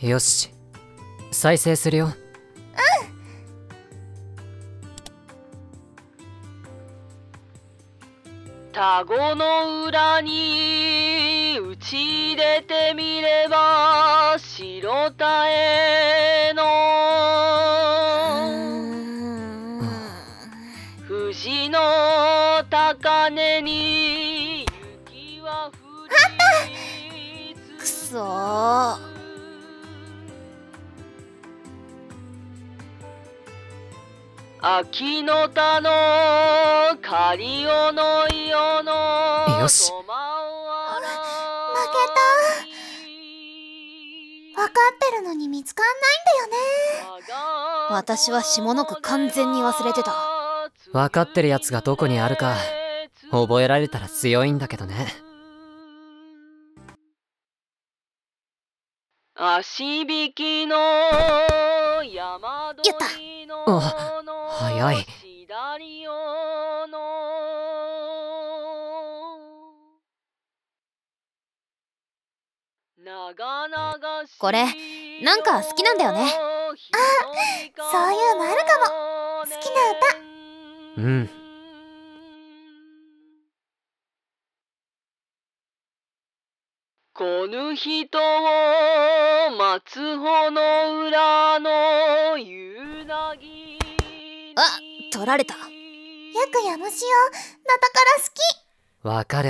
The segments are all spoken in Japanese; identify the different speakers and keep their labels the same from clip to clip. Speaker 1: よし再生するよ
Speaker 2: タゴの裏に打ち出てみれば白たえの藤の高根に雪は降り
Speaker 3: くそー
Speaker 2: 秋の田の仮尾の世の
Speaker 1: よし
Speaker 2: 負
Speaker 3: 分かってるのに見つかんないんだよね私は下の句完全に忘れてた
Speaker 1: 分かってるやつがどこにあるか覚えられたら強いんだけどね
Speaker 2: 足引きの山
Speaker 3: やった
Speaker 2: 鳥の
Speaker 1: 早い
Speaker 2: シダリオの長々しい
Speaker 3: これなんか好きなんだよねあそういうのあるか
Speaker 2: も
Speaker 3: 好きな歌
Speaker 1: うん
Speaker 2: こぬ人を待つほの裏の夕なぎ
Speaker 3: あ取られた
Speaker 2: く
Speaker 3: やむしおナタから好き
Speaker 1: わかる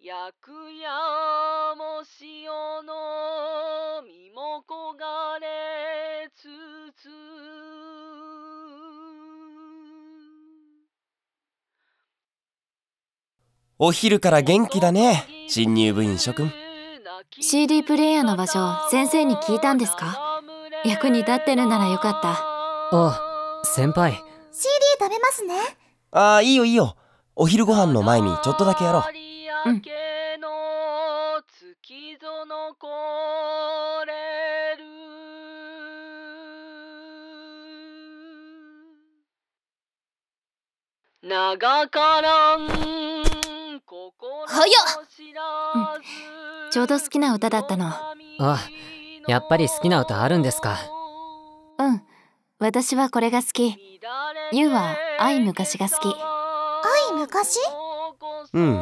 Speaker 2: やくやも潮の身も焦がれつつ
Speaker 4: お昼から元気だね新入部員諸君
Speaker 5: CD プレイヤーの場所先生に聞いたんですか役に立ってるならよかった
Speaker 1: あ先輩
Speaker 3: CD 食べますね
Speaker 4: ああいいよいいよお昼ご飯の前にちょっとだけやろう
Speaker 5: う
Speaker 2: うん
Speaker 5: ん
Speaker 2: 長からん
Speaker 3: 早っ
Speaker 2: うん
Speaker 5: ちょうど好きな歌だったの
Speaker 1: あやっぱり好きな歌あるんですか
Speaker 5: うん私はこれが好きゆうは愛昔が好き
Speaker 3: 愛昔
Speaker 4: うん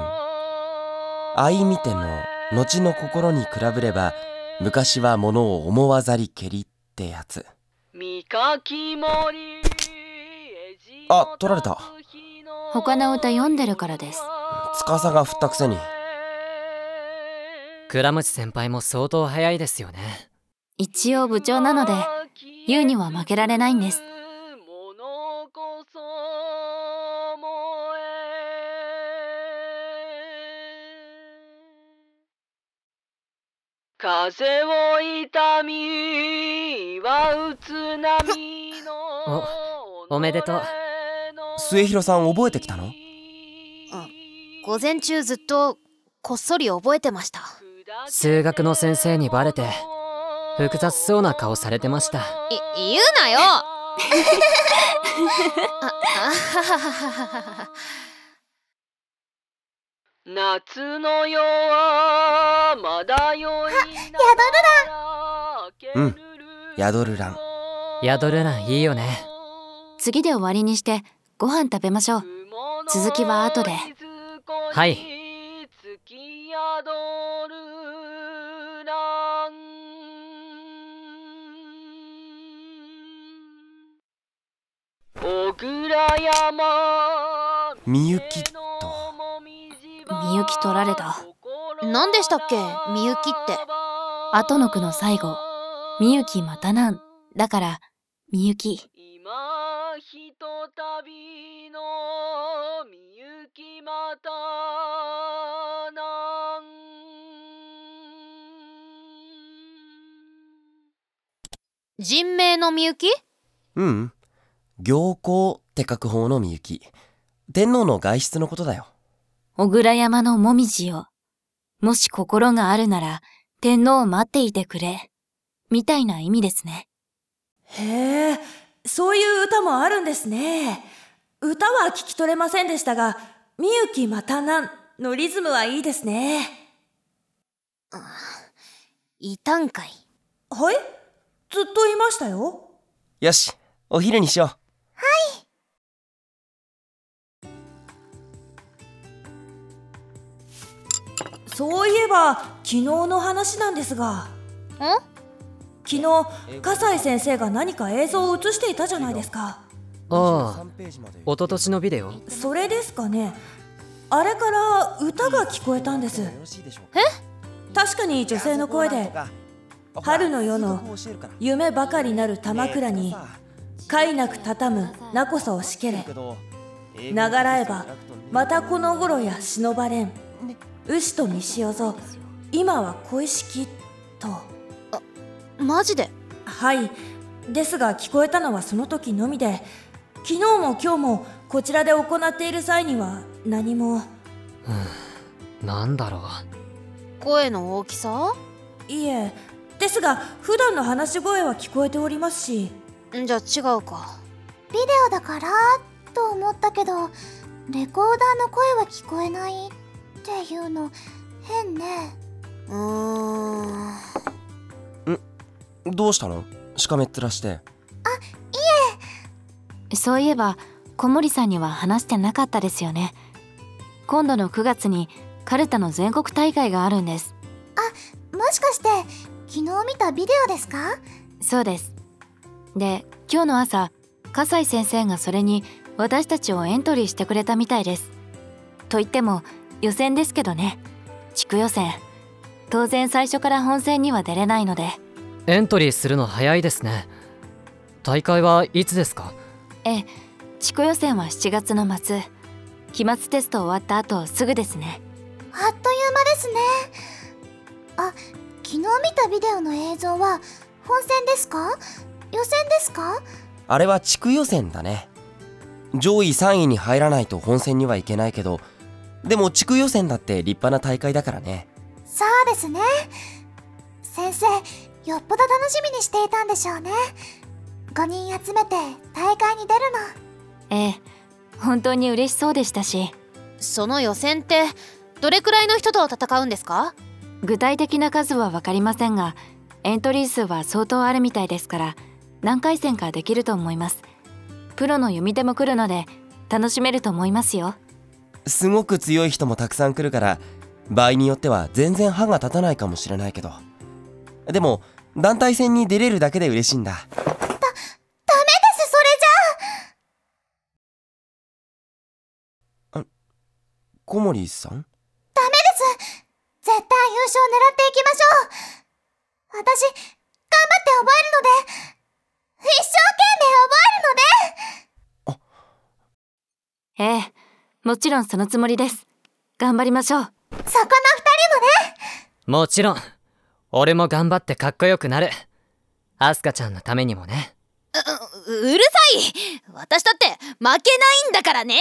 Speaker 4: 愛見ても後の心に比べれば昔は物を思わざりけりってやつ
Speaker 2: 見かき森
Speaker 4: あ取られた
Speaker 5: 他の歌読んでるからです
Speaker 4: 司が振ったくせに
Speaker 1: 倉持先輩も相当早いですよね
Speaker 5: 一応部長なのでユウには負けられないんです
Speaker 2: 物こそ燃え風を痛みはう津波の
Speaker 1: おおめでとう
Speaker 4: 末広さん覚えてきたの
Speaker 3: 午前中ずっとこっそり覚えてました
Speaker 1: 数学の先生にバレて複雑そうな顔されてました
Speaker 3: い言うなよああははははは
Speaker 2: 夏の夜はまだ酔い宿
Speaker 4: うん宿る欄
Speaker 1: 宿る欄いいよね
Speaker 5: 次で終わりにしてご飯食べましょう続きは後で
Speaker 1: はい
Speaker 2: 月宿る欄小倉山
Speaker 4: みゆきと
Speaker 5: みゆき取られた
Speaker 3: 何でしたっけみゆきって
Speaker 5: 後の句の最後みゆきまたなんだからみゆき
Speaker 2: 今ひとたびのみゆきまたなん
Speaker 3: 人名のみゆき
Speaker 4: うん行幸って書く方のみゆき天皇の外出のことだよ
Speaker 5: 小倉山のもみじよもし心があるなら天皇を待っていてくれみたいな意味ですね
Speaker 6: へえ、そういう歌もあるんですね。歌は聞き取れませんでしたが、みゆきまたなんのリズムはいいですね。
Speaker 3: いたんかい。
Speaker 6: はいずっといましたよ。
Speaker 4: よし、お昼にしよう。
Speaker 6: そういえば、昨日の話なんですが。昨日、笠井先生が何か映像を映していたじゃないですか。
Speaker 1: ああ、
Speaker 4: ページまで
Speaker 1: 一昨年のビデオ
Speaker 6: それですかね。あれから歌が聞こえたんです。確かに女性の声で、春の夜の夢ばかりなる玉倉に、快なく畳むなこさをしけれ。長らえばまたこの頃や忍ばれん牛と西よぞ今は恋しきと
Speaker 3: マジで
Speaker 6: はいですが聞こえたのはその時のみで昨日も今日もこちらで行っている際には何も
Speaker 1: なんだろう
Speaker 3: 声の大きさ
Speaker 6: いえですが普段の話し声は聞こえておりますし
Speaker 3: じゃあ違うか。ビデオだからと思ったけど、レコーダーの声は聞こえないっていうの変ね。うーん。
Speaker 4: どうしたのしかめっ面して。
Speaker 5: そういえば小森さんには話してなかったですよね今度の9月にカルタの全国大会があるんです
Speaker 3: もしかして昨日見たビデオですか
Speaker 5: そうですで今日の朝笠井先生がそれに私たちをエントリーしてくれたみたいですと言っても予選ですけどね地区予選当然最初から本戦には出れないので
Speaker 1: エントリーするの早いですね大会はいつですか
Speaker 5: ええ地区予選は7月の末期末テスト終わった後すぐですね
Speaker 3: あっという間ですね。あ、昨日見たビデオの映像は本戦ですか予選ですか
Speaker 4: あれは地区予選だね。上位3位に入らないと本戦にはいけないけど、でも地区予選だって立派な大会だからね。
Speaker 3: そうですね。先生、よっぽど楽しみにしていたんでしょうね。5人集めて大会に出るの。
Speaker 5: ええ本当に嬉しそうでしたし
Speaker 3: その予選ってどれくらいの人と戦うんですか
Speaker 5: 具体的な数は分かりませんがエントリー数は相当あるみたいですから何回戦かできると思いますプロの読み手も来るので楽しめると思いますよ
Speaker 4: すごく強い人もたくさん来るから、場合によっては全然歯が立たないかもしれないけど。でも、団体戦に出れるだけで嬉しいんだ。
Speaker 3: ダメですそれじ
Speaker 4: 小森さん
Speaker 3: ゃ絶対優勝狙っていきましょう私頑張って覚えるので一生懸命覚えるので
Speaker 5: ええもちろんそのつもりです頑張りましょう
Speaker 3: そこの二人のね
Speaker 1: もちろん俺も頑張ってかっこよくなるアスカちゃんのためにもね
Speaker 7: ううるさい私だって負けないんだからね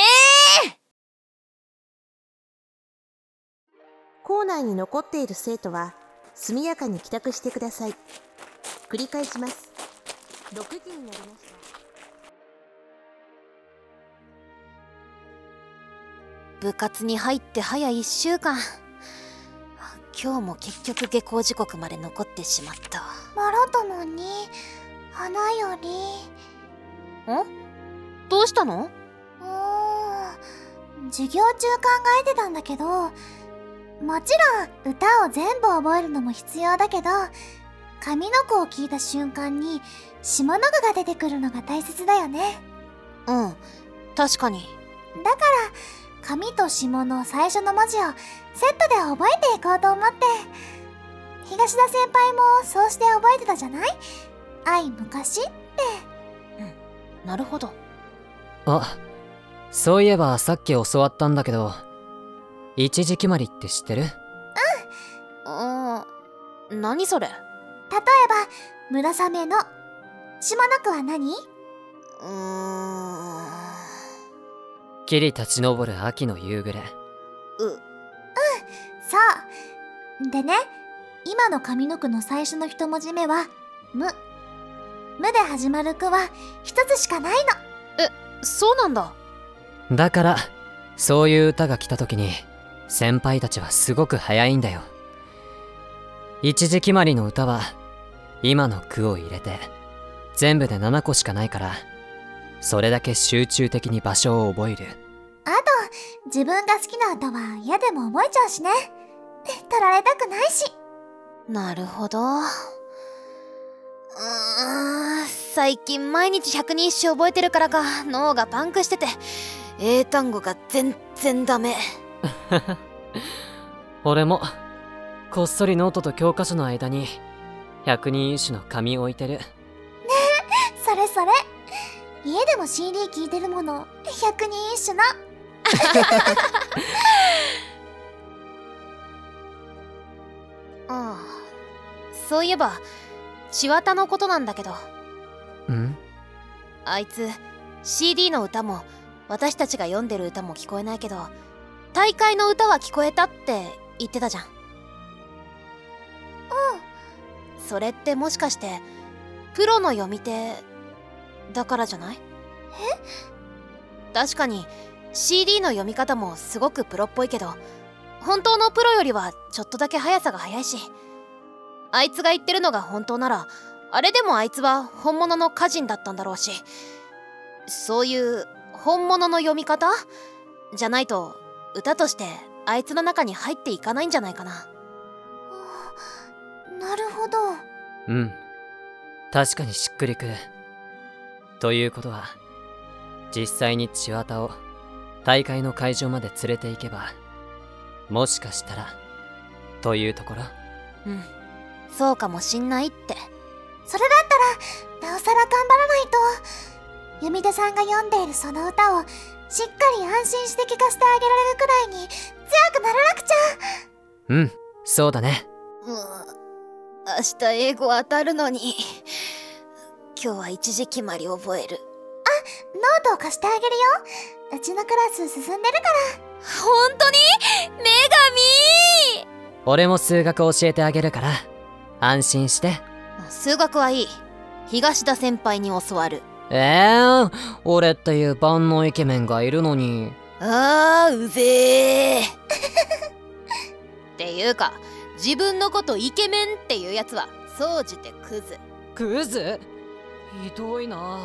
Speaker 8: 校内に残っている生徒は速やかに帰宅してください繰り返します6時になりました
Speaker 7: 部活に入って早1週間今日も結局下校時刻まで残ってしまった
Speaker 3: マロ友に花より
Speaker 7: どうしたの
Speaker 3: うーん授業中考えてたんだけどもちろん歌を全部覚えるのも必要だけど上の句を聞いた瞬間に下の句が出てくるのが大切だよね
Speaker 7: うん確かに
Speaker 3: 上と下の最初の文字をセットで覚えていこうと思って東田先輩もそうして覚えてたじゃない愛昔
Speaker 7: なるほど
Speaker 1: あそういえばさっき教わったんだけど一時決まりって知ってる
Speaker 7: うん何それ
Speaker 3: 例えば村雨の下の句は何
Speaker 7: うーん
Speaker 1: 霧立ち上る秋の夕暮れ
Speaker 3: そう。でね、今の上の句の最初の一文字目は、無。無で始まる句は一つしかないの。
Speaker 7: そうなんだ
Speaker 1: だからそういう歌が来た時に先輩たちはすごく早いんだよ一時決まりの歌は今の句を入れて全部で7個しかないからそれだけ集中的に場所を覚える
Speaker 3: 自分が好きな歌は嫌でも覚えちゃうしね。取られたくないし。
Speaker 7: なるほど。うーん、最近毎日百人一首覚えてるからか、脳がパンクしてて、英単語が全然ダメ。
Speaker 1: 俺もこっそりノートと教科書の間に百人一首の紙置いてる
Speaker 3: それそれ。家でも CD 聴いてるもの、百人一首な。
Speaker 7: ああそういえば千綿のことなんだけど
Speaker 1: うん
Speaker 7: あいつ CD の歌も私たちが読んでる歌も聞こえないけど大会の歌は聞こえたって言ってたじゃんうんそれってもしかしてプロの読み手だからじゃないえ確かに CD の読み方もすごくプロっぽいけど本当のプロよりはちょっとだけ速さが速いしあいつが言ってるのが本当ならあれでもあいつは本物の歌人だったんだろうしそういう本物の読み方じゃないと歌としてあいつの中に入っていかないんじゃないかな
Speaker 3: なるほど。
Speaker 1: うん確かにしっくりくるということは実際に千綿を大会の会場まで連れて行けばもしかしたらというところ
Speaker 7: うんそうかもしんないって
Speaker 3: それだったら、なおさら頑張らないと。弓手さんが読んでいるその歌を、しっかり安心して聞かせてあげられるくらいに、強くならなくちゃ。
Speaker 1: うんそうだね
Speaker 7: うう明日英語当たるのに今日は一時決まり覚える
Speaker 3: ノートを貸してあげるよ。うちのクラス進んでるから。
Speaker 7: 本当に女神
Speaker 1: 俺も数学教えてあげるから安心して
Speaker 7: 数学はいい東田先輩に教わる
Speaker 1: えー、俺っていう万能イケメンがいるのに
Speaker 7: あーうぜえ っていうか自分のことイケメンっていうやつは総じてクズ
Speaker 1: クズひどいな